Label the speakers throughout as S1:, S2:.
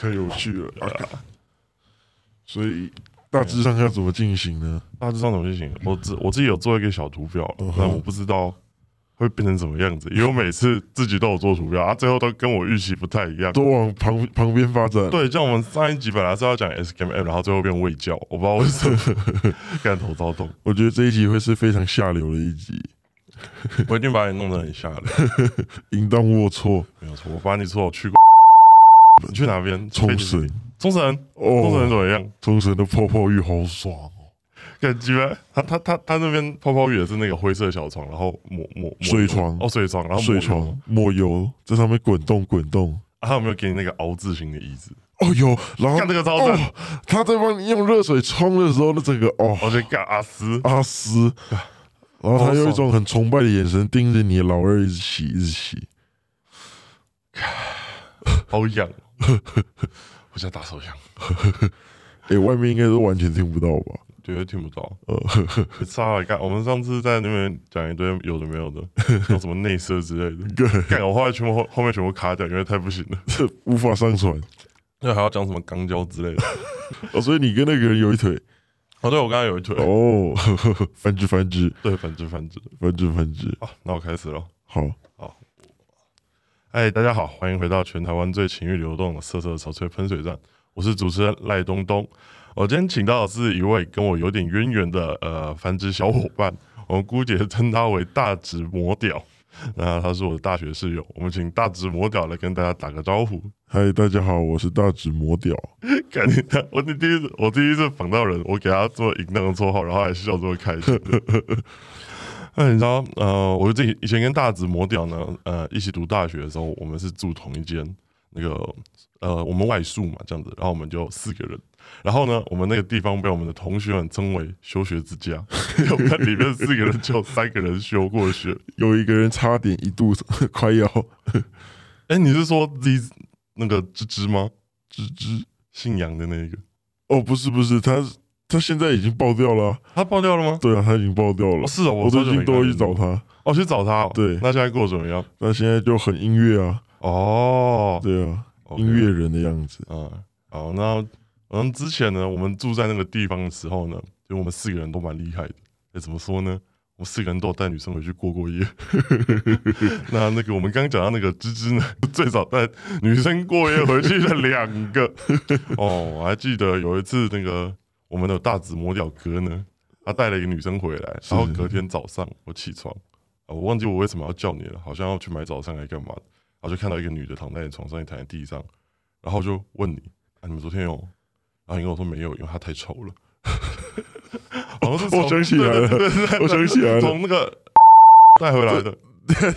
S1: 太有趣 了啊！所以大致上要怎么进行呢？
S2: 大致上怎么进行？我自我自己有做一个小图表，
S1: 嗯哼
S2: 但我不知道会变成什么样子，因为我每次自己都有做图表，啊，最后都跟我预期不太一样。
S1: 都往旁旁边发展。
S2: 对，像我们上一集本来是要讲 S K M，然后最后变卫教，我不知道为什么， 干头遭痛。
S1: 我觉得这一集会是非常下流的一集，
S2: 我一定把你弄得很吓人，
S1: 淫荡龌龊，
S2: 没有错。我把你说我去过，你去哪边？
S1: 冲绳，
S2: 冲绳，冲绳怎
S1: 哦，
S2: 么样？
S1: 冲绳的泡泡浴好爽哦，
S2: 感觉他他他他那边泡泡浴也是那个灰色小床，然后抹抹抹
S1: 水床
S2: 哦水床，然后抹
S1: 睡床抹油在上面滚动滚动。
S2: 啊，他有没有给你那个凹字形的椅子？
S1: 哦有，然后
S2: 干这个超赞
S1: 哦，他在帮你用热水冲的时候，那整个哦
S2: 我觉得干阿斯，
S1: 阿斯，
S2: 啊
S1: 然后他用一种很崇拜的眼神盯着你，老二一直洗一直
S2: 哦
S1: 洗，
S2: 好痒， 我想打手枪，
S1: 哎，外面应该都完全听不到 吧？
S2: 绝对听不到。操你干！我们上次在那边讲一堆有的没有的， 像什么内射之类的，干我后来全部后后面全部卡掉，因为太不行了。
S1: 这无法上传
S2: 那还要讲什么肛交之类的？
S1: 哦，所以你跟那个人有一腿
S2: 哦，对，我刚才有一腿，
S1: 哦， 繁殖繁殖
S2: 对，反之反之。
S1: 繁殖繁殖，
S2: 好，那我开始喽。
S1: 好，
S2: 哎，大家好，欢迎回到全台湾最情欲流动的色色潮吹喷水站，我是主持人赖东东。我今天请到的是一位跟我有点渊源的呃繁殖小伙伴，我们姑且称他为大直魔屌。那他是我的大学室友，我们请大直魔屌来跟大家打个招呼。
S1: 嗨，大家好，我是大直魔屌，
S2: 感觉他， 我第一次我第一次访到人，我给他这么淫荡的绰号，然后还笑这么开心。 那你知道，呃，我自己以前跟大直魔屌呢，呃，一起读大学的时候，我们是住同一间那个，呃，我们外宿嘛，这样子，然后我们就四个人，然后呢，我们那个地方被我们的同学们称为休学之家， 因为我们里面四个人就有三个人休过学。
S1: 有一个人差点一度 快要
S2: 哎，你是说 Z 那个芝芝吗？
S1: 吱吱，
S2: 姓杨的那一个，
S1: 哦，不是不是，他他现在已经爆掉了啊，
S2: 他爆掉了吗？
S1: 对啊，他已经爆掉了
S2: 哦，，是哦，
S1: 我最
S2: 超久没
S1: 近都
S2: 看
S1: 会去
S2: 见他
S1: 找他，
S2: 哦，去找他、哦。
S1: 对
S2: 那现在过得怎么样？
S1: 那现在就很音乐啊，
S2: 哦，
S1: 对啊，
S2: OK
S1: 音乐人的样子，
S2: 嗯，好，那嗯，之前呢，我们住在那个地方的时候呢，就我们四个人都蛮厉害的。哎，怎么说呢？我们四个人都有带女生回去过过夜。 那那个我们刚刚讲到那个芝芝呢，最早带女生过夜回去的两个。哦，我还记得有一次那个我们的大紫魔屌哥呢，他带了一个女生回来，然后隔天早上我起床，啊我忘记我为什么要叫你了，好像要去买早餐还干嘛的，然后就看到一个女的躺在你床上，你躺在地上，然后就问你，啊，你们昨天有？然后你跟我说没有，因为她太丑了。 好像是 从
S1: 我想起来了
S2: 对对对对对
S1: 我想起来了
S2: 从那个 带回来 的，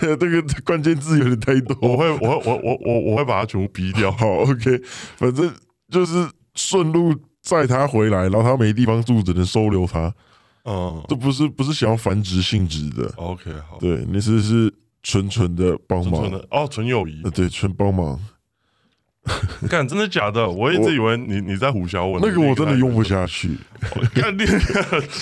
S1: 这个关键字有点太
S2: 我
S1: 多。
S2: 会我会我我我我会把它全部逼掉。
S1: 好，OK，反正就是顺路载他回来，然后他没地方住，只能收留他。
S2: 嗯
S1: 这不是不是想要繁殖性质的，
S2: ，OK，好，
S1: 对，那是是纯纯的帮
S2: 纯
S1: 忙
S2: 纯的哦，纯友谊
S1: 呃，。对，纯帮忙。
S2: 干，真的假的？我一直以为你你在胡小文，
S1: 那个我真的用不
S2: 下。
S1: 下去，
S2: 干你，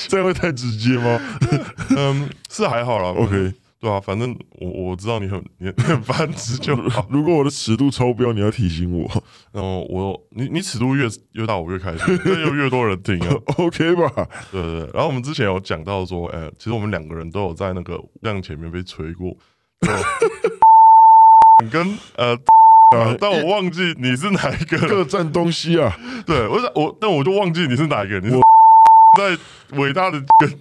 S1: 这样会太直接吗
S2: 嗯，是还好啦。
S1: ？OK，
S2: 对啊，反正我我知道你很 你你很繁殖就好。
S1: 如果我的尺度超标，你要提醒我
S2: 然后我你你尺度越越大，我越开心，这就越多人听啊。
S1: ，OK 吧？
S2: 对对对。然后我们之前有讲到说，呃，其实我们两个人都有在那个量前面被锤过，就 跟呃。啊！但我忘记你是哪一个了，
S1: 各占东西啊，
S2: 对，我想我，但我就忘记你是哪一个，你是 在伟大的 跟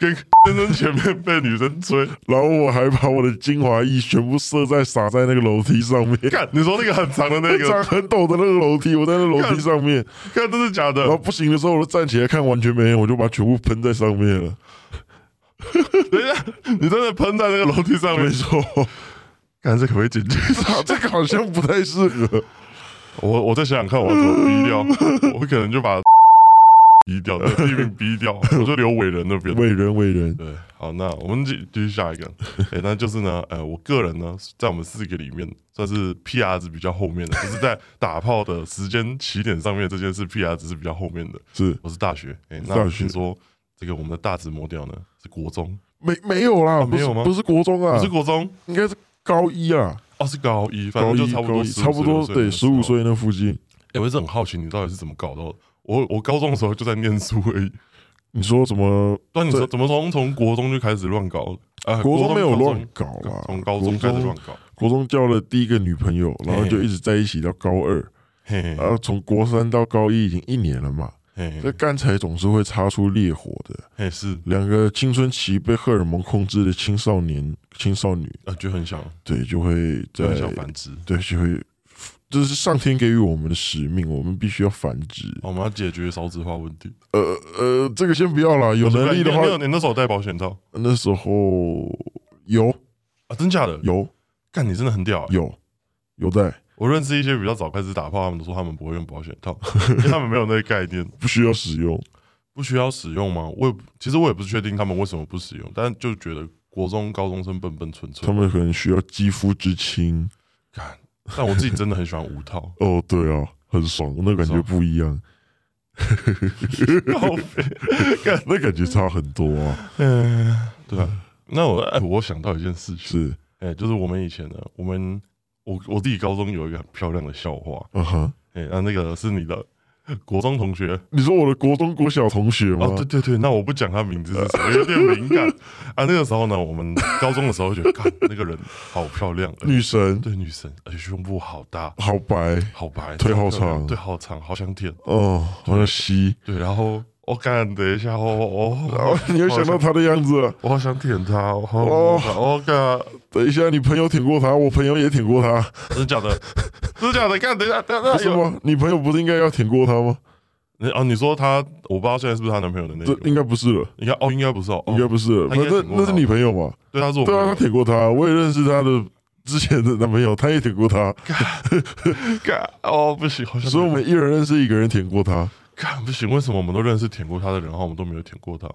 S2: 跟先生前面被女生追，
S1: 然后我还把我的精华液全部射在洒在那个楼梯上面，
S2: 看你说那个很长的那
S1: 长
S2: 个，
S1: 很陡的那个楼梯，我在那楼梯上面，
S2: 看真的假
S1: 然后
S2: 的？
S1: 不行的时候我就站起来看，完全没有，我就把全部喷在上面了。
S2: 等一下，你真的喷在那个楼梯上
S1: 没
S2: 面，
S1: 错，
S2: 看这可不可以剪辑？
S1: 操这个好像不太适合。
S2: 我我再想想看，我要怎么 逼掉，我可能就把 逼掉，那个地名 逼掉，我就留伟人那边。
S1: 伟人，伟人，
S2: 对，好，那我们继继续下一个。对，那就是呢，呃，我个人呢，在我们四个里面算是 PR 值比较后面的，就是在打炮的时间起点上面这件事 PR 值是比较后面的。
S1: 是
S2: 我是大学，哎、那
S1: 大
S2: 我
S1: 学
S2: 听说这个我们的大直魔掉呢是国中，
S1: 没没有啦，
S2: 没有吗
S1: 不是不是国中啊，
S2: 不是国中
S1: 应该是高一啊。
S2: 哦，是高一，反
S1: 高
S2: 正就
S1: 一
S2: 差不
S1: 高
S2: 多
S1: 一差不多对十
S2: 十
S1: 五。岁那附近。
S2: 哎，我一直很好奇，你到底是怎么搞到的？我我高中的时候就在念书而已，
S1: 你说怎么？
S2: 但你说
S1: 对
S2: 怎么从从国中就开始乱搞的？啊，
S1: 国中没有乱搞
S2: 高中
S1: 啦，
S2: 从高中开始乱搞。
S1: 国中交了第一个女朋友，然后就一直在一起到高二，
S2: 嘿嘿
S1: 然后从国三到高一已经一年了嘛。
S2: 嘿
S1: 这干柴总是会擦出烈火的。
S2: 嘿，是
S1: 两个青春期被荷尔蒙控制的青少年、青少女，
S2: 啊，就很想
S1: 对，就会
S2: 就
S1: 在
S2: 很想繁殖。
S1: 对，就会这是上天给予我们的使命，我们必须要繁殖。
S2: 我们要解决少子化问题。
S1: 呃呃，这个先不要啦，有能力的话
S2: 你，有你那时候有戴保险套
S1: 那时候有
S2: 啊？真假的？
S1: 有
S2: 干，你真的很屌、欸！
S1: 有有在，
S2: 我认识一些比较早开始打炮，他们都说他们不会用保险套， 因为他们没有那个概念，
S1: 不需要使用。
S2: 不需要使用吗？我也不其实我也不确定他们为什么不使用，但就觉得国中高中生笨笨蠢
S1: 他
S2: 蠢。
S1: 们可能需要肌肤之亲。，
S2: 干，但我自己真的很喜欢无套
S1: 哦，对啊，很爽，那感觉
S2: 爽
S1: 不一样，
S2: 靠北
S1: 那感觉差很多啊。
S2: 嗯，对啊。那我哎，我想到一件事情，
S1: 是，
S2: 哎、就是我们以前呢，我们我我自己高中有一个很漂亮的校花，
S1: 嗯哼，
S2: 哎、那、那个是你的国中同学，
S1: 你说我的国中、国小同学吗？
S2: 哦，对对对，那我不讲他名字是谁，有点敏感啊。那个时候呢，我们高中的时候觉得，看那个人好漂亮，而且
S1: 女神，
S2: 对女神，而且胸部好大，
S1: 好白
S2: 好白，
S1: 腿好
S2: 超漂亮
S1: 长
S2: 对，好长，好想舔。
S1: 哦，好像吸。
S2: 对，然后我干，等一下，我
S1: 然后
S2: 我
S1: 哦你又想到她的样子了。
S2: 我好想舔她，我好
S1: 哦
S2: 我干，
S1: 等一下，你朋友舔过她，我朋友也舔过她，
S2: 真的假的？ 真的假的？干，等一下，等一
S1: 不
S2: 下，
S1: 是
S2: 有
S1: 吗？你朋友不是应该要舔过她吗？
S2: 你啊？你说她，我不知道现在是不是她男朋友的那
S1: 这
S2: 个？
S1: 应该不是了，
S2: 应该哦，应该不是哦，
S1: 应该
S2: 哦
S1: 不是了。
S2: 她
S1: 反
S2: 应该
S1: 正
S2: 舔过哦
S1: 那
S2: 她
S1: 是你朋友嘛？
S2: 对，她是我朋
S1: 对啊，他。
S2: 友
S1: 舔过她，我也认识她的之前的男朋友，他也舔过她，
S2: 干哦，不行，好想
S1: 所以我
S2: 舔。
S1: 们一人认识一个人舔过她。
S2: 干不行，为什么我们都认识舔过她的人，然后我们都没有舔过她？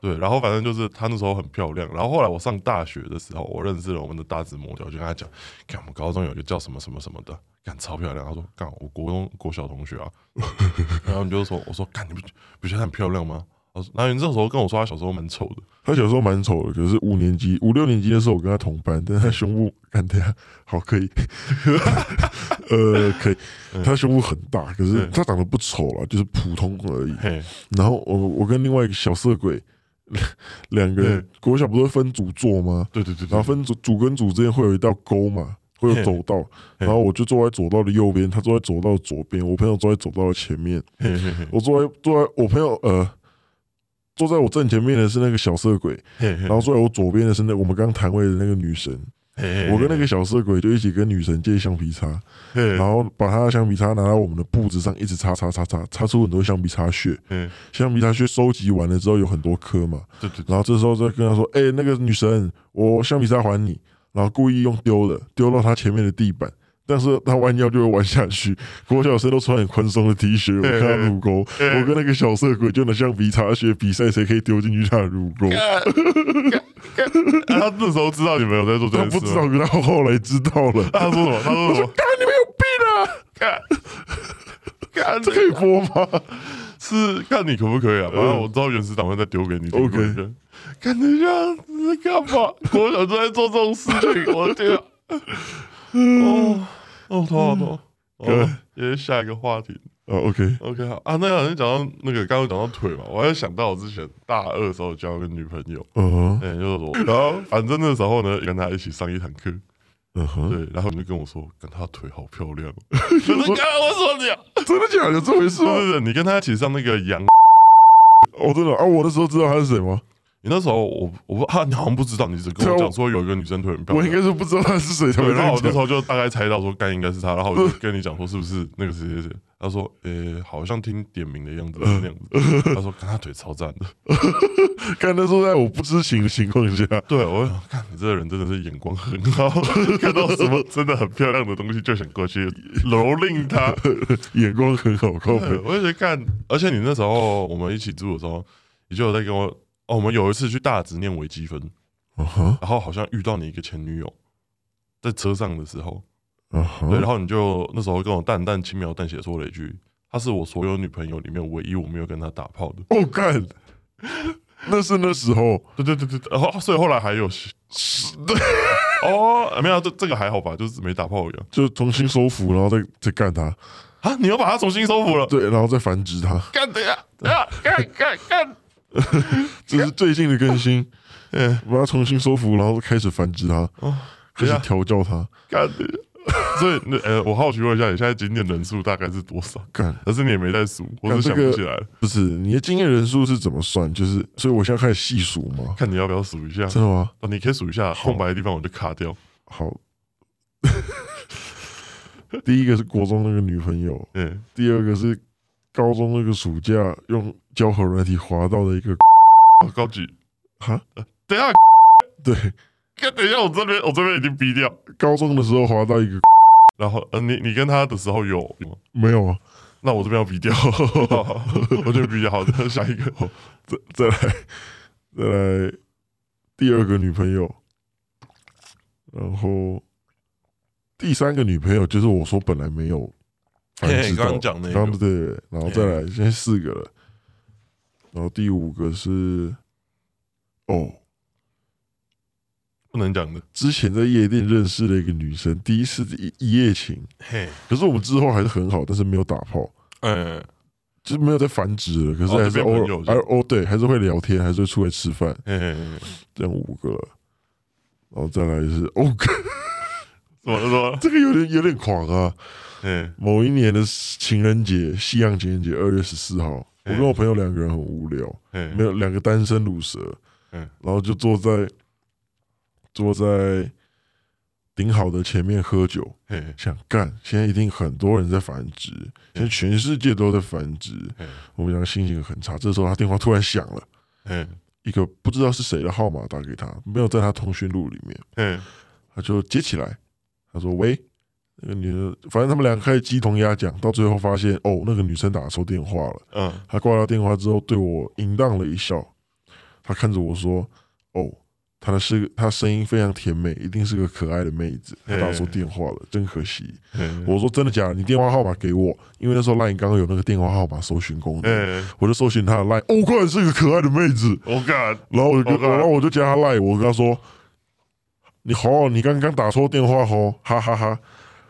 S2: 对，然后反正就是她那时候很漂亮，然后后来我上大学的时候，我认识了我们的大直魔脚，我就跟她讲，看我们高中有一个叫什么什么什么的，干超漂亮。她说干我国中国小同学啊，然后你就说我说干你不不觉得她很漂亮吗？我说，然后你这时候跟我说她小时候蛮丑的，
S1: 他小时候蛮丑的，可是五年级、五六年级的时候，我跟他同班，但他胸部，看他好可以， 呃，可以，他胸部很大，可是
S2: 嗯
S1: 他长得不丑啦，就是普通而已。
S2: 嘿，
S1: 然后我我跟另外一个小色鬼，两个人
S2: 嗯
S1: 国小不是会分组坐吗？
S2: 对对对
S1: 然
S2: 对
S1: 后，分组组跟组之间会有一道沟嘛，会有走道，
S2: 嗯
S1: 然后我就坐在走道的右边，他坐在走道的左边，我朋友坐在走道的前面，
S2: 嘿嘿嘿
S1: 我坐在坐在我朋友呃。坐在我正前面的是那个小色鬼，
S2: 嘿嘿
S1: 然后坐在我左边的是那我们刚谈位的那个女神，
S2: 嘿，
S1: 我跟那个小色鬼就一起跟女神借橡皮擦，
S2: 嘿，
S1: 然后把她的橡皮擦拿到我们的布子上，一直擦擦擦擦，擦出很多橡皮擦屑。
S2: 嗯
S1: 橡皮擦屑收集完了之后有很多颗嘛，
S2: 对对对，
S1: 然后这时候再跟她说：“哎、那个女神，我橡皮擦还你。”然后故意用丢的，丢到她前面的地板。但是她弯腰就会弯下去，国小生都穿很宽松的 T 恤，我看她乳沟，我跟那个小色鬼就拿橡皮擦屑比赛谁可以丢进去她的乳 沟。
S2: 啊他那时候知道你们有在做这
S1: 他
S2: 件事
S1: 不
S2: 吗，
S1: 知道，可他后来知道 了。
S2: 他说什么？他说什么？
S1: 干，你们有病啊！
S2: 干干
S1: 这可以播吗？
S2: 是看你可不可以啊？反正我知道原始档案再丢给你。
S1: OK
S2: 丢给你看等一下你在干 嘛？国小就在做这种事 情，我的天、啊！哦哦，头好痛！哦，也是下一个话题。
S1: 啊，OK，
S2: OK，好啊，那好像讲到那个，刚刚讲到腿嘛，我还想到我之前大二的时候交一个女朋友，
S1: 嗯哼，
S2: 哎、就是我，然后反正那时候呢，跟她一起上一堂课，
S1: 嗯哼，
S2: 对，然后你就跟我说，看她腿好漂 亮哦，我说，看我说你啊，
S1: 真的假的？有这回事
S2: 不
S1: 吗？
S2: 是你跟她一起上那个阳
S1: 哦，真的啊！我那时候知道他是谁吗？
S2: 你那时候我我不啊，你好像不知道，你只
S1: 对
S2: 跟
S1: 啊
S2: 我
S1: 我
S2: 讲说有一个女生腿很漂
S1: 我应
S2: 亮。
S1: 该是不知道他是谁才会
S2: 对，
S1: 这
S2: 然后
S1: 样
S2: 我那时
S1: 讲。
S2: 候就大概猜到说该应该是她，然后我就跟你讲说是不是那个谁谁谁，他说呃、好像听点名的样子是那样子， 他说看她腿超赞的，
S1: 看那时候在我不知情的情况下，
S2: 对我就想看你这个人真的是眼光很好， 看到什么真的很漂亮的东西就想过去蹂躏她，
S1: 眼光很好，靠 背。
S2: 对 我就觉得看，而且你那时候我们一起住的时候，你就有在跟我哦，我们有一次去大直念微积分，
S1: 嗯哼，
S2: 然后好像遇到你一个前女友，在车上的时候，
S1: 嗯
S2: 对，然
S1: 哼，
S2: 后你就那时候跟我淡淡轻描淡写说了一句：“她是我所有女朋友里面唯一我没有跟她打炮的。
S1: 哦，干， 那是那时候，”
S2: 哦对对对对，然后所以后来还有，
S1: 是对，
S2: 哦，没有，这这个还好吧，就是没打炮而已啊
S1: 就重新收服，然后再再干它，
S2: 啊！你又把它重新收服了，
S1: 对，然后再繁殖它，
S2: 干等一下，等一下，干干干！
S1: 这是最近的更新，
S2: 嗯，
S1: 把它重新收服，然后开始繁殖它，
S2: 哦，
S1: 开始
S2: 等一下，
S1: 调教它，
S2: 干等一下。 所以，那呃，我好奇问一下，你现在景点人数大概是多少？
S1: 干。
S2: 可是你也没在数，我
S1: 干
S2: 是
S1: 这
S2: 想不
S1: 个
S2: 起来了。
S1: 不是你的经验人数是怎么算？就是，所以我现在开始细数嘛。
S2: 看你要不要数一下？
S1: 真的吗？
S2: 哦，你可以数一下空白的地方，我就卡掉。
S1: 好， 第一个是国中那个女朋友，
S2: 嗯，
S1: 第二个是高中那个暑假用交合软体滑到的一个
S2: 好高级。
S1: 哈，
S2: 啊等一下，
S1: 对，
S2: 干等一下，我这边我这边已经逼掉。
S1: 高中的时候滑到一个
S2: 然后，呃，你你跟他的时候有有吗？
S1: 没有啊，
S2: 那我这边要逼掉， 我这边逼掉。好的，下一个。
S1: 再再来再来第二个女朋友，然后第三个女朋友就是我说本来没有繁
S2: 嘿
S1: 殖
S2: 你刚
S1: 到，
S2: 刚讲那个
S1: 刚刚对对对，然后再来现在四个了，然后第五个是哦。
S2: 不能讲的。
S1: 之前在夜店认识了一个女生，第一次一一夜情，
S2: 嘿，
S1: 可是我们之后还是很好，但是没有打炮，
S2: 嗯，
S1: 就是没有在繁殖了。可是
S2: 哦
S1: 还是
S2: 就
S1: 偶
S2: 变
S1: 尔
S2: 朋友，是
S1: 还哦对，还是会聊天，还是会出来吃饭，
S2: 嘿嘿嘿，
S1: 这样五个了。然后再来是哦，
S2: 怎么说？
S1: 这个有点有点狂啊！
S2: 嗯，
S1: 某一年的情人节，西洋情人节，二月十四号，我
S2: 嗯
S1: 跟我朋友两个人很无聊，
S2: 嘿
S1: 没有两个单身乳蛇，
S2: 嗯
S1: 然后就坐在坐在顶好的前面喝酒，
S2: 嘿，
S1: 想干，现在一定很多人在繁殖，现在全世界都在繁殖。
S2: 嗯
S1: 我们俩心情很差，这时候他电话突然响了，
S2: 嘿，
S1: 一个不知道是谁的号码打给他，没有在他通讯录里面，
S2: 嘿，
S1: 他就接起来，他说：“喂。”那个女的，反正他们俩开始鸡同鸭讲，到最后发现哦，那个女生打错电话了。
S2: 嗯，
S1: 他挂掉电话之后，对我淫荡了一笑。他看着我说：“哦，她的是她声音非常甜美，一定是个可爱的妹子。她打错电话了，真可惜。”
S2: 嘿，
S1: 我说真的假的？你电话号码给我，因为那时候 LINE 刚刚有那个电话号码搜寻功能，
S2: 嘿，
S1: 我就搜寻她的 LINE，哦，果然是个可爱的妹子，
S2: 我干，
S1: 然后我就跟，
S2: 哦
S1: 然后我就加她 LINE，我跟她说，你好，啊你刚刚打错电话哦，哈哈哈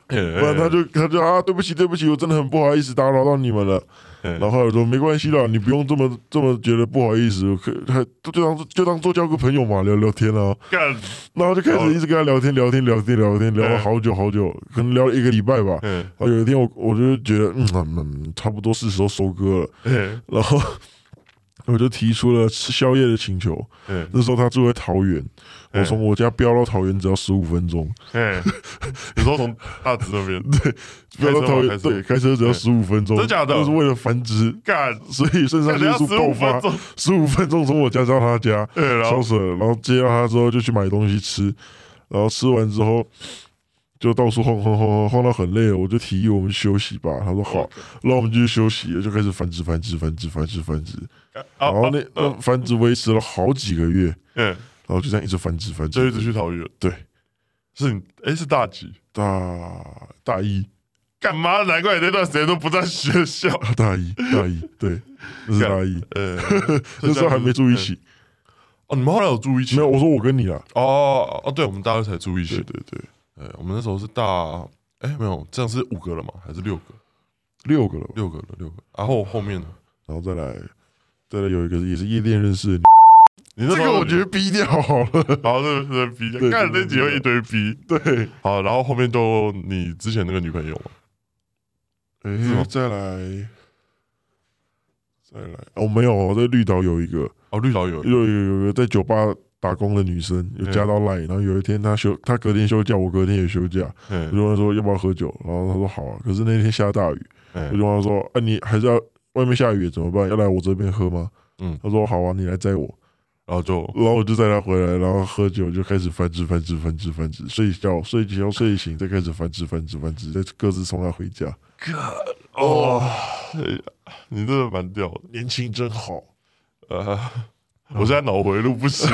S2: 不
S1: 不然她就她就啊，对不起对不起，我真的很不好意思打扰到你们了。
S2: 然
S1: 然后我说没关系啦，你不用这么这么觉得不好意思，我可还就当就当做交个朋友嘛，聊聊天啊。
S2: 干，
S1: 然后就开始一直跟她聊天聊天聊天聊天，聊了
S2: 嗯
S1: 好久好久，可能聊了一个礼拜吧。
S2: 嗯，
S1: 然后有一天我我就觉得嗯嗯差不多是时候收割了，
S2: 嘿，
S1: 然后我就提出了吃宵夜的请求。
S2: 嘿，
S1: 那时候他住在桃园，
S2: 嗯
S1: 我从我家飙到桃园只要十五分钟，
S2: 嘿，你说从大直那边，
S1: 飙到桃
S2: 开
S1: 园
S2: 车吗
S1: 对，开车只要
S2: 嗯
S1: 十五分钟，
S2: 真假的
S1: 就是为了繁殖，
S2: 干，
S1: 所以肾上
S2: 干，等
S1: 腺
S2: 下
S1: 素
S2: 十五
S1: 爆发
S2: 分，钟，
S1: 十五分钟从我家到他家，
S2: 对， 然
S1: 超
S2: 后，
S1: 扯了。然后接到他之后就去买东西吃，然后吃完之后。就到处晃晃晃晃晃到很累了，我就提议我们休息吧。他说
S2: 哦
S1: 好，那我们就去休息，就开始繁殖繁殖繁殖繁殖繁殖，
S2: 啊
S1: 然后
S2: 啊，
S1: 那那繁殖维持了好几个月，
S2: 嗯，
S1: 然后就这样一直繁殖繁
S2: 就一
S1: 殖。
S2: 直去桃园，
S1: 对，
S2: 是你，哎，是大几？
S1: 大大一
S2: 干嘛？难怪你那段时间都不在学校。
S1: 大一大一，对，那是大一，
S2: 呃，
S1: 那时候还没住一起。
S2: 哦，你们后来有住一起？
S1: 没有，我说我跟你啦。
S2: 哦哦，对，我们大二才住一
S1: 对
S2: 起。
S1: 对对，
S2: 呃，我们那时候是大，哎，没有，这样是五个了吗？还是六个？
S1: 六个了吧，
S2: 六个了，六个。然后后面呢？
S1: 然后再来，再来有一个也是夜店认识的女，
S2: 你那时候
S1: 得逼掉好了。
S2: 然后是是逼，
S1: 对
S2: 干
S1: 对
S2: 那几会一堆逼。
S1: 对，
S2: 好，然后后面就你之前那个女朋友嘛，吗
S1: 哎，再来，再来，哦，没有，我在绿岛有一个，
S2: 哦，绿岛有
S1: 有有有有个在酒吧打工的女生，有加到 line，然后有一天她休，她隔天休假，我隔天也休假，我
S2: 嗯
S1: 就问她说要不要喝酒，然后她说好啊，可是那天下大雨，我
S2: 嗯
S1: 就问她说，啊，你还是要外面下雨怎么办？要来我这边喝吗？
S2: 嗯
S1: 她说好啊，你来载我，
S2: 然后就
S1: 然后我就载她回来，然后喝酒就开始繁殖繁殖繁殖繁殖，睡觉睡觉睡醒再开始繁殖繁殖繁殖，再各自送她回家。
S2: 哦，你真的蛮屌的。
S1: 年轻真好，
S2: 呃，我现在脑回路不 行，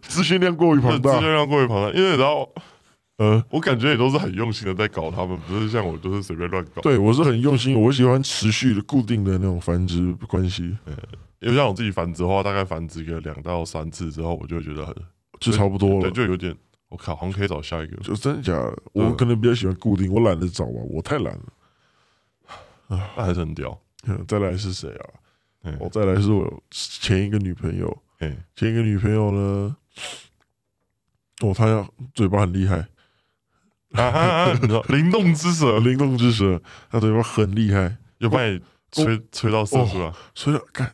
S1: 资讯量过于庞
S2: 资
S1: 大
S2: 讯。量过于庞大，因为你知道。
S1: 呃，
S2: 我感觉也都是很用心的在搞他们，不是像我就是随便乱搞。
S1: 对我是很用心，我喜欢持续的固定的那种繁殖关系，
S2: 因为像我自己繁殖的话，大概繁殖个两到三次之后，我就会觉得很
S1: 就差不多
S2: 对，
S1: 了。
S2: 就有点我靠，好像可以找下一个。
S1: 就真的假的？
S2: 对
S1: 我可能比较喜欢固定，我懒得找啊，我太懒了。
S2: 那还是很屌。
S1: 嗯再来是谁啊？
S2: 嗯
S1: 哦，再来是我前一个女朋友，
S2: 哎，
S1: 前一个女朋友呢，哦，她要嘴巴很厉害，
S2: 啊哈，你知道 灵动之
S1: 呃，
S2: 蛇
S1: 灵动之舌，她嘴巴很厉害，
S2: 有把你吹
S1: 哦
S2: 吹到射出来，
S1: 吹到干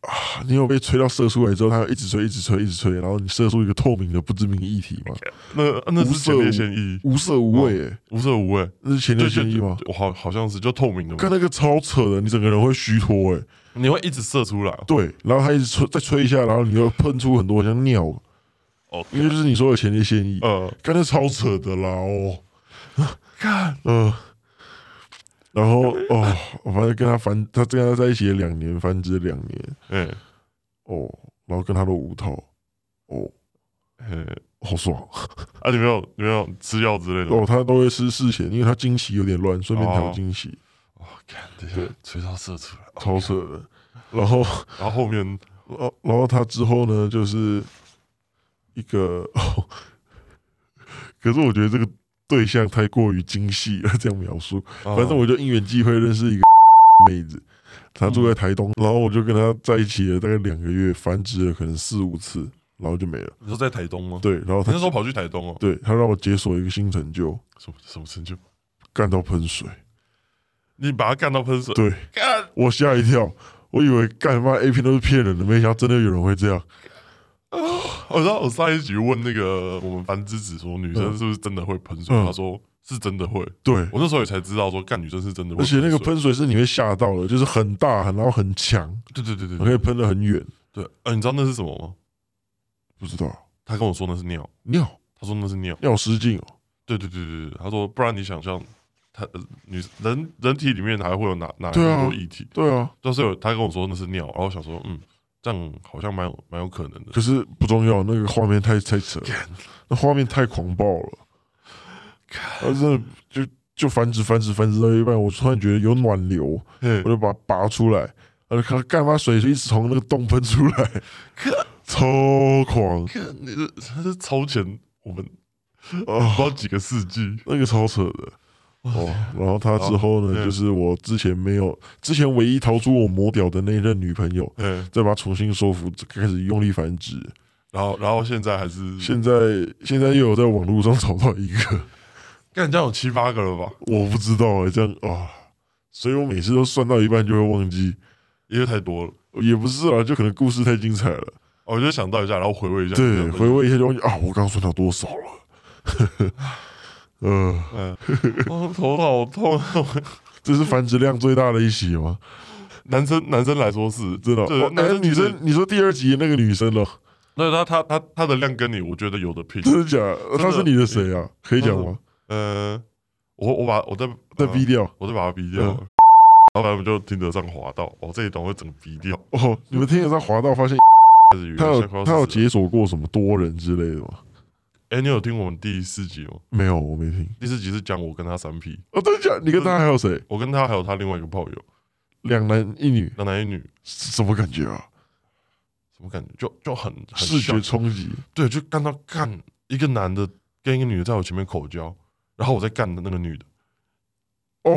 S1: 啊！你有被吹到射出来之后，她要一直吹，一直吹，一直吹，然后你射出一个透明的不知名液体嘛，
S2: 那那
S1: 无
S2: 是
S1: 色
S2: 前列腺液，
S1: 无色无味、欸，
S2: 无色无味，
S1: 那是前列
S2: 哦对
S1: 腺
S2: 对
S1: 液
S2: 对
S1: 吗？，
S2: 我好好像是就透明的
S1: 看
S2: 嘛，
S1: 那个超扯的，你整个人会虚脱哎、欸
S2: 你会一直射出来哦。
S1: 对，然后他一直吹，再吹一下，然后你又喷出很多像尿，
S2: 哦
S1: 因为就是你说的前列腺液，
S2: 呃，
S1: 干那超扯的啦哦，
S2: 看，
S1: 嗯、然后哦，我反正跟他繁，他跟他在一起也两年，繁殖了两年
S2: 哎
S1: 哦，然后跟他的无头哦，
S2: 哎，
S1: 好爽
S2: 啊，你没有你没有吃药之类的吗？
S1: 哦，他都会吃事前，因为他经期有点乱，顺便调
S2: 嗯哦
S1: 经期，
S2: 哦，看，等一下吹到射出来，哦
S1: 超扯的。然后，
S2: 然后后面
S1: 然后然后他之后呢，就是一个 哦，可是我觉得这个对象太过于精细了，这样描述。
S2: 反
S1: 反正我就因缘际会认识一个 妹子，她住在台东，然后我就跟她在一起了大概两个月，繁殖了可能四五次，然后就没了。
S2: 啊你说在台东吗？
S1: 对，然后
S2: 你
S1: 她
S2: 那时候跑去台东哦，
S1: 对她让我解锁一个新成就，
S2: 什么什么成就？
S1: 干到喷水，
S2: 你把它干到喷水，
S1: 对
S2: 干
S1: 我吓一跳，我以为干嘛 A 片都是骗人的，没想到真的有人会这样。
S2: 我知道我上一集问那个我们繁殖子说女生是不是真的会喷水，
S1: 嗯
S2: 他说是真的会。
S1: 对，
S2: 我那时候也才知道说干女生是真的会
S1: 而
S2: 水，
S1: 且那个喷水是你会吓到的，就是很大，很然后很强，
S2: 对对对对
S1: 我可
S2: 对
S1: 以喷得很远。
S2: 对，呃，你知道那是什么吗？
S1: 不知道
S2: 他跟我说那是尿，
S1: 尿
S2: 他说那是尿，
S1: 尿失禁哦，
S2: 对对对对对，他说不然你想象。他呃女人人体里面还会有哪哪
S1: 对啊
S2: 很多液体？
S1: 对啊，
S2: 就是有他跟我说那是尿，然后我想说嗯，这样好像蛮有蛮有可能的。
S1: 可是不重要，那个画面太太扯了，那画面太狂暴了，啊，真的就就繁殖繁殖繁殖到一半，我突然觉得有暖流，
S2: 嗯
S1: 我就把它拔出来，然后就看到干嘛水就一直从那个洞喷出来，超狂
S2: 看，你这他是超前我们
S1: 啊！
S2: 不知道几个世纪。
S1: 那个超扯的。哦，然后他之后
S2: 好
S1: 呢，
S2: 嗯
S1: 就是我之前没有，之前唯一逃出我魔屌的那一任女朋友，
S2: 嗯，
S1: 再把她重新收服，开始用力繁殖。
S2: 然后然后现在还是
S1: 现在现在又有在网络上找到一个，
S2: 干这样有七八个了吧？
S1: 我不知道哎、这样啊，所以我每次都算到一半就会忘记，
S2: 因为太多了。
S1: 也不是啊，就可能故事太精彩了，
S2: 哦我就想到一下，然后回味一下。
S1: 对，回。味一下就忘记啊，我刚算到多少了， 呃，
S2: 嗯，哦头好痛。
S1: 这是繁殖量最大的一起吗？
S2: 男生男生来说是
S1: 真的、
S2: 对
S1: 哦，
S2: 男
S1: 哎，
S2: 生
S1: 女
S2: 其实
S1: 生，你说第二集那个女生了，
S2: 对他他他他的量跟你，我觉得有的拼。
S1: 真的假的？呃她是你的谁啊？可以讲吗？
S2: 呃，我我把我再
S1: 再
S2: 呃
S1: 逼掉
S2: 我再把它逼掉
S1: 嗯。
S2: 然后我们就听得上滑道，哦，这一段会整个逼掉。
S1: 哦，你们听着在滑道发现
S2: 开始语言
S1: 他
S2: 现在
S1: 有
S2: 快要
S1: 他有
S2: 死了
S1: 解锁过什么多人之类的吗？
S2: 哎，你有听我们第四集吗？
S1: 没有，我没听。
S2: 第四集是讲我跟他三 P，
S1: 哦，真的假的？你跟他还有谁？
S2: 我跟他还有他另外一个炮友，
S1: 两男一女，
S2: 两男一女，
S1: 是什么感觉啊？
S2: 什么感觉？就就很很
S1: 视觉
S2: shock
S1: 冲击，
S2: 对，就干到干一个男的跟一个女的在我前面口交，然后我在干的那个女的，
S1: 哦，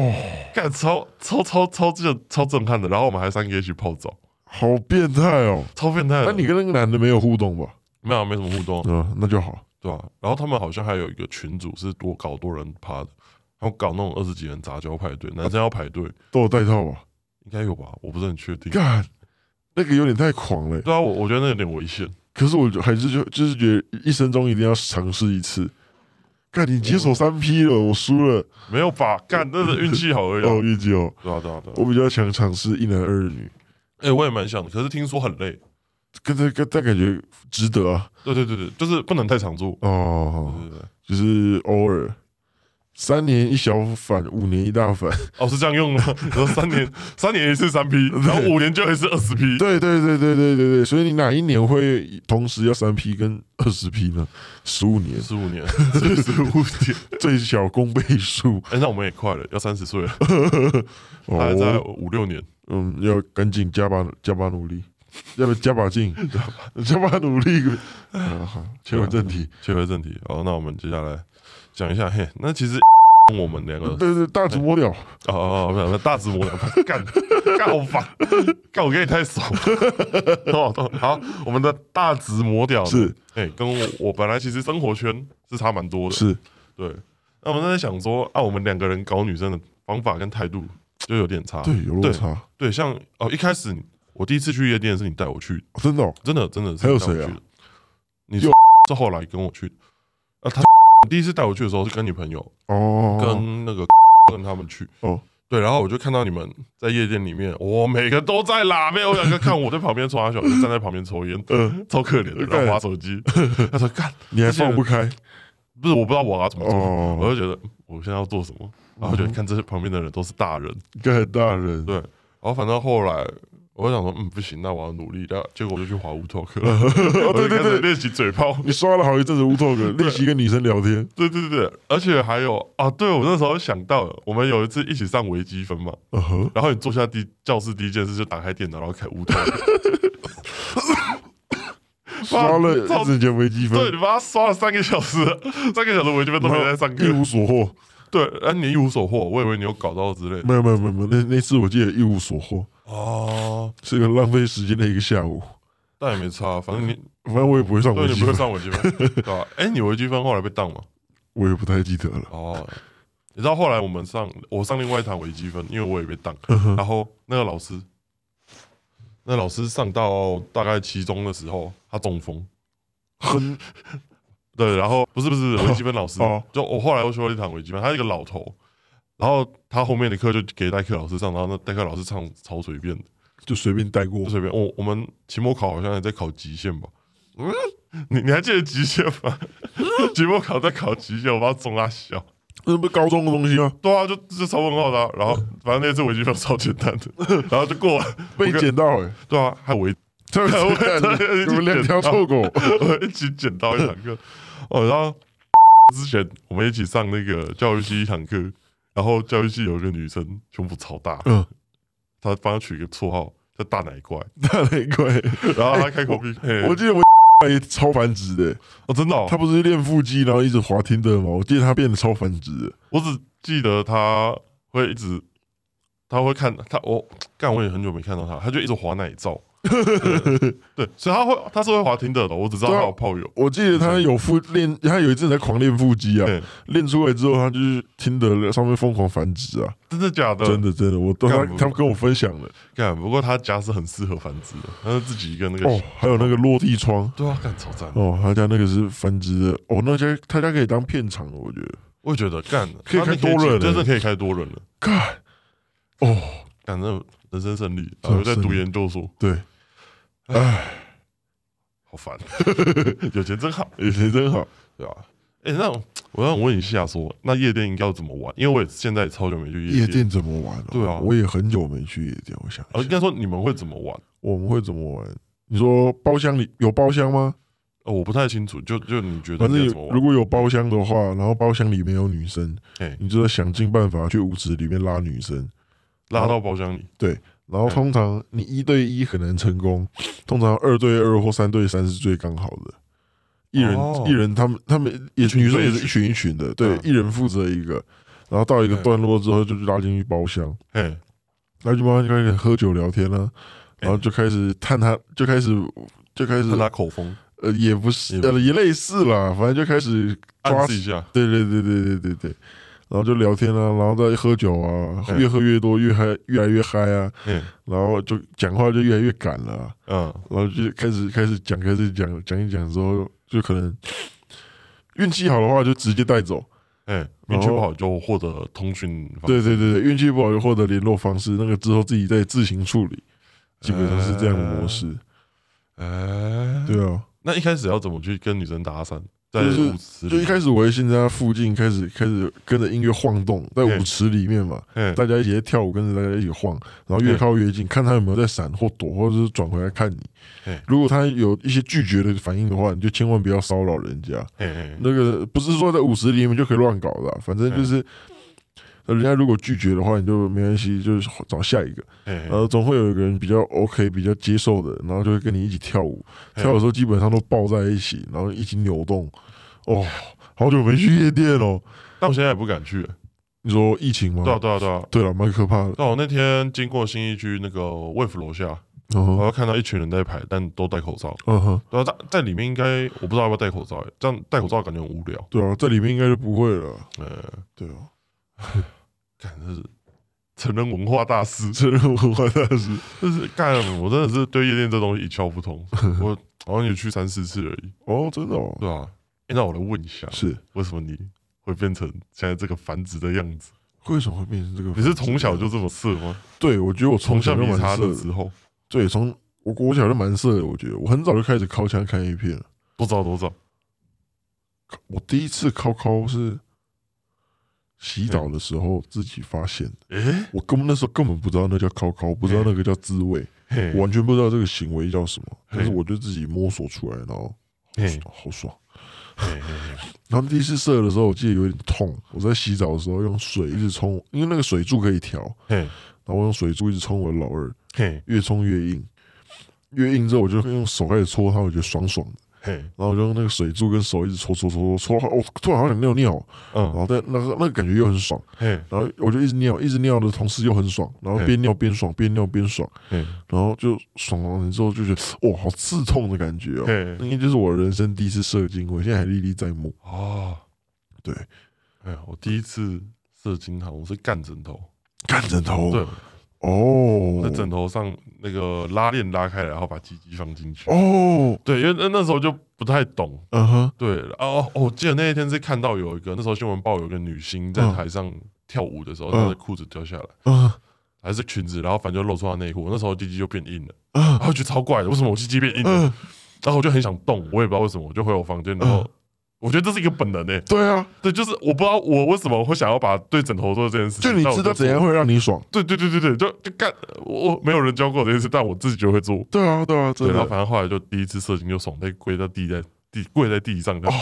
S2: 干超超超超震超震撼的。然后我们还三个一起泡澡，
S1: 好变态哦！
S2: 超变态
S1: 那
S2: 的。
S1: 你跟那个男的没有互动吧？
S2: 没有没什么互动，啊
S1: 嗯，那就好。
S2: 对吧、然后他们好像还有一个群组是多搞多人趴的，他们搞那种二十几人杂交派对，男生要排队，
S1: 都有带套吧？
S2: 应该有吧？我不是很确定。
S1: 干，那个有点太狂了欸。
S2: 对啊，我我觉得那有点危险。
S1: 可是我就还是就就是觉得一生中一定要尝试一次。干，你解锁三 P 了，我输了。
S2: 没有吧？干，那是运气好而已 啊、
S1: 哦，预计哦，
S2: 对啊，对啊，对啊。
S1: 我比较想尝试一男二女，
S2: 哎、我也蛮想的，可是听说很累。
S1: 跟这跟但感觉值得啊。
S2: 对对对对，就是不能太常做。对
S1: 哦，
S2: 对对。
S1: 就是偶尔三年一小反，五年一大反。
S2: 哦，是这样用的吗？ 你说三年，三年一次三 P，然后五年就一次二十 P，
S1: 对对对对对对对，所以你哪一年会同时要三 P 跟二十 P 呢？十五年，
S2: 十五 年，十五年。
S1: 最小公倍数
S2: 哎、那我们也快了，要三十岁 了，还在
S1: 哦。
S2: 五六年。
S1: 嗯，要赶紧加把加把努力。要不要加把劲， 加把努力。啊好，切回正题，
S2: 切回正题，好，那我们接下来讲一下，嘿，那其实 我们两个
S1: 对对，大主播了，
S2: 哦哦，哦，没有，没有大直播了，干干好烦，干我跟你太熟了。哦，哦好，我们的大直魔屌呢
S1: 是，
S2: 哎、跟我我本来其实生活圈是差蛮多的，
S1: 是
S2: 对。那我们在想说，啊，我们两个人搞女生的方法跟态度就有点差，
S1: 对有落差，
S2: 对，像哦，一开始你我第一次去夜店是你带我去，
S1: 哦真的哦，
S2: 真的真的是
S1: 还有
S2: 带我
S1: 谁啊
S2: 去的？你是
S1: 有
S2: 是后来跟我去的，啊，他第一次带我去的时候是跟你朋友，
S1: 哦，
S2: 跟那个跟他们去。
S1: 哦
S2: 哦，对，然后我就看到你们在夜店里面，我、每个都在拉妹，我两个看我在旁边抽阿小，我就站在旁边抽烟，
S1: 嗯
S2: 超可怜的，
S1: 干
S2: 然后划手机。他说：“干，
S1: 你还放不开
S2: 不是我不知道我要怎么做。
S1: 哦嗯
S2: 我就觉得我现在要做什么，然后觉得看这些旁边的人都是大人，
S1: 一个很大人，
S2: 对，然后反正后来。我就想说，嗯，不行，那我要努力。然后结果我就去滑乌托克，
S1: 哦
S2: 我
S1: 对
S2: 就
S1: 对
S2: 开始
S1: 对，
S2: 练习嘴炮。
S1: 你刷了好一阵子乌托克，练习跟女生聊天，
S2: 对对对，而且还有啊，对我那时候想到了，我们有一次一起上微积分嘛，
S1: 嗯哼，
S2: 然后你坐下第教室第一件事就打开电脑，然后开乌 托克，
S1: 刷了一整节微积
S2: 对
S1: 分，
S2: 你把它刷了三个小时，三个小时我这边都没在上
S1: 一
S2: 课。
S1: 无所获，
S2: 对，啊，你一无所获，我以为你有搞到之类的。
S1: 没有没有没有没有，那那次我记得一无所获，
S2: 哦，
S1: 是个浪费时间的一个下午，
S2: 但也没差，啊反正你
S1: 反正我也不会上微
S2: 对你
S1: 积
S2: 不会
S1: 分，
S2: 上微积分，对吧？哎，你微积分后来被当吗？
S1: 我也不太记得了，
S2: 哦，你知道后来我们上我上另外一堂微积分，因为我也被当，
S1: 嗯
S2: 然后那个老师，那老师上到大概期中的时候，他中风。
S1: 很
S2: 对，然后不是 不是微积分老师，
S1: 哦
S2: 就我后来又修了一堂微积分，他是一个老头，然后他后面的课就给代课老师上，然后那代课老师唱超随便的，
S1: 就随便带过
S2: 不，随便。哦我我们期末考好像也在考极限吧？ 嗯，你你还记得极限吗？ 期末考在考极限，我把他中他笑。
S1: 那不是高中的东西吗？
S2: 对啊，就就超问号的啊、然后反正那次微积分超简单的，然后就过了。
S1: 被捡到哎，
S2: 对啊，还微
S1: 对
S2: 我
S1: 不对？
S2: 对
S1: 你们两条臭狗，
S2: 我一起捡到一堂课。哦，然后之前我们一起上那个教育系一堂课，然后教育系有一个女生胸部超大，
S1: 嗯，
S2: 她帮她取一个绰号叫大奶怪，
S1: 大雷 鬼，
S2: 然后她开口闭，嘿
S1: 我记得我也超繁殖的，欸
S2: 哦真的哦、
S1: 他不是练腹肌，然后一直滑天的吗？我记得他变得超繁殖的，
S2: 我只记得她会一直。她会看她，我干我也很久没看到她，她就一直滑奶照，对，对所以她会她是会滑听的的，我只知道
S1: 啊
S2: 她有炮友，
S1: 我记得
S2: 嗯
S1: 他有腹练，他有一阵在狂练腹肌啊
S2: 对，
S1: 练出来之后，他就是听得上面疯狂繁殖啊，
S2: 真的假的？
S1: 真的真的，我都他
S2: 嗯干不
S1: 他跟我分享了
S2: 干，不过她家是很适合繁殖的，她是自己一个那个
S1: 哦，还有那个落地窗
S2: 对啊，干超赞！
S1: 哦，他家那个是繁殖的哦，那家他家可以当片场的，我觉得，
S2: 我也觉得干
S1: 可以
S2: 他
S1: 开
S2: 那
S1: 多人
S2: 真真
S1: 欸
S2: 的可以开多人了，
S1: 干哦，
S2: 干那人生胜利。啊
S1: 真的
S2: 我在
S1: 胜
S2: 读
S1: 利
S2: 研究所，
S1: 对，哎，
S2: 好烦， 有钱真好，
S1: 以前真好，
S2: 对吧？哎，那我想问一下说，那夜店应该要怎么玩？因为我也现在也超久没去
S1: 夜
S2: 店，
S1: 店怎么玩、哦？
S2: 对啊
S1: 我也很久没去夜店，我想一
S2: 啊，
S1: 下
S2: 应该说你们会怎么玩？
S1: 我们会怎么玩？你说包厢里有包厢吗？
S2: 哦，我不太清楚，就就你觉得
S1: 反正
S2: 应该
S1: 有
S2: 怎么
S1: 如
S2: 玩？
S1: 果有包厢的话，然后包厢里面有女生，
S2: 哎，
S1: 你就要想尽办法去舞池里面拉女生。
S2: 拉到包厢里，
S1: 然后
S2: 嗯
S1: 通常你一对一很难成功，通常二对二或三对三是最刚好的。一人、
S2: 哦
S1: 一人，他们他们也
S2: 一群
S1: 女生
S2: 对
S1: 也
S2: 一
S1: 是一群一群的，对，
S2: 嗯
S1: 一人负责一个，然后到一个
S2: 嗯
S1: 段落之后就拉进去包厢，
S2: 哎，
S1: 然后就慢慢就开始喝酒聊天了、啊然后
S2: 哎
S1: 就开始探他，就开始就开始
S2: 看他口风，
S1: 呃，也不是
S2: 也，不
S1: 呃，也类似啦，反正就开始抓
S2: 暗，示一下，
S1: 对对对对对对对，然后就聊天啊，然后再喝酒啊，
S2: 嗯
S1: 越喝越多，越嗨，越来越嗨啊，
S2: 嗯
S1: 然后就讲话就越来越赶了啊、
S2: 嗯，
S1: 然后就开始开始讲，开始讲讲一讲之后，就可能运气好的话就直接带走，
S2: 哎，运气不好就获得通讯方式，
S1: 对对对对，运气不好就获得联络方式，那个之后自己再自行处理，基本上是这样的模式，
S2: 哎，
S1: 对啊。
S2: 那一开始要怎么去跟女生搭讪？在
S1: 就是
S2: 舞池
S1: 就
S2: 里
S1: 一开始我会先在他附近开始开始跟着音乐晃动，在舞
S2: 嗯
S1: 池里面嘛，
S2: 嗯
S1: 大家一起在跳舞，跟着大家一起晃，然后越
S2: 嗯
S1: 靠越近，看他有没有在闪或躲，或者是转回来看你
S2: 嗯。
S1: 如果他有一些拒绝的反应的话，你就千万不要骚扰人家。
S2: 嗯嘿嘿嘿
S1: 那个不是说在舞池里面就可以乱搞的啊、反正就是那人家如果拒绝的话，你就没关系，就是找下一个。
S2: 哎，
S1: 呃，总会有一个人比较 OK、比较接受的，然后就会跟你一起跳舞。跳舞的时候基本上都抱在一起，然后一起扭动。哦，好久没去夜店哦。
S2: 但我现在也不敢去。
S1: 你说疫情吗？
S2: 对啊，对啊，对啊。
S1: 对了，蛮可怕的。
S2: 但我那天经过新一区那个卫府楼下，
S1: 嗯
S2: 然
S1: 哼，
S2: 后看到一群人在排，但都戴口罩。
S1: 嗯哼，
S2: 然后在在里面应该我不知道要不要戴口罩、欸，这样戴口罩感觉很无聊。
S1: 对啊，在里面应该就不会了。
S2: 呃，
S1: 对啊，
S2: 感觉是成人文化大 师，
S1: 这人文化大师。
S2: 就是干，我真的是对夜店这东西一窍 不通。我好像也去三四次而已，
S1: 哦，真的哦，
S2: 对啊？欸那我来问一下，
S1: 是
S2: 为什么你会变成现在这个繁殖的样子？
S1: 为什么会变成这个？
S2: 你是从小就这么色吗？
S1: 对我觉得我从
S2: 从
S1: 小
S2: 小
S1: 就
S2: 迷
S1: 蛮
S2: 他
S1: 色
S2: 的
S1: 的。
S2: 时候，
S1: 对，从我国小就蛮色的，我觉得我很早就开始靠枪看 A 片了。
S2: 多少多少，
S1: 我第一次靠靠是洗澡的时候自己发现的，
S2: 哎、
S1: 我根本那时候根本不知道那叫靠靠，不知道那个叫自慰，
S2: 嘿
S1: 完全不知道这个行为叫什么，但是
S2: 嘿
S1: 我就自己摸索出来，然后好
S2: 嘿
S1: 爽好爽。
S2: 嘿嘿嘿
S1: 然后第一次射的时候，我记得有点痛，我在洗澡的时候用水一直冲，因为那个水柱可以调，
S2: 嘿
S1: 然后我用水柱一直冲我的老二，
S2: 嘿
S1: 越冲越硬，越硬之后我就用手开始搓它，我觉得爽爽的。
S2: 嘿，
S1: 然后我就用那个水柱跟手一直搓搓搓搓搓，我、哦突然好想尿尿，然
S2: 嗯
S1: 后但那个那个感觉又很爽，
S2: 嘿
S1: 然后我就一直尿，一直尿的同时又很爽，然后边尿边爽，边尿边爽，
S2: 嘿
S1: 然后就爽完了之后就觉得哇，好刺痛的感觉哦，
S2: 嘿
S1: 那应该就是我人生第一次射精，我现在还历历在目。
S2: 哦，
S1: 对，
S2: 哎呀，我第一次射精好像是干枕头，
S1: 干枕头，
S2: 对，
S1: 哦，
S2: 在枕头上那个拉链拉开来，然后把鸡鸡放进去。
S1: 哦，
S2: 对，因为那那时候就不太懂。
S1: 嗯哼，
S2: 对，哦哦，我记得那一天是看到有一个那时候新闻报有一个女星在
S1: 嗯
S2: 台上跳舞的时候，
S1: 嗯
S2: 她的裤子掉下来，
S1: 嗯
S2: 还是裙子，然后反正就露出她内裤。那时候鸡鸡就变硬了，
S1: 嗯
S2: 然后我觉得超怪的，为什么我鸡鸡变硬了？
S1: 嗯，
S2: 然后我就很想动，我也不知道为什么，我就回我房间，然后
S1: 嗯
S2: 我觉得这是一个本能诶、欸
S1: 对啊，
S2: 对，就是我不知道我为什么会想要把对枕头做这件事情，
S1: 就你
S2: 但我
S1: 知道
S2: 做
S1: 怎样？会让你爽，
S2: 对对对对对，就就干，我我没有人教过我这件事，但我自己就会做。
S1: 对啊，对啊，真
S2: 对，然后
S1: 的，
S2: 反正后来就第一次射精就爽，在跪在地在地跪在地上，然后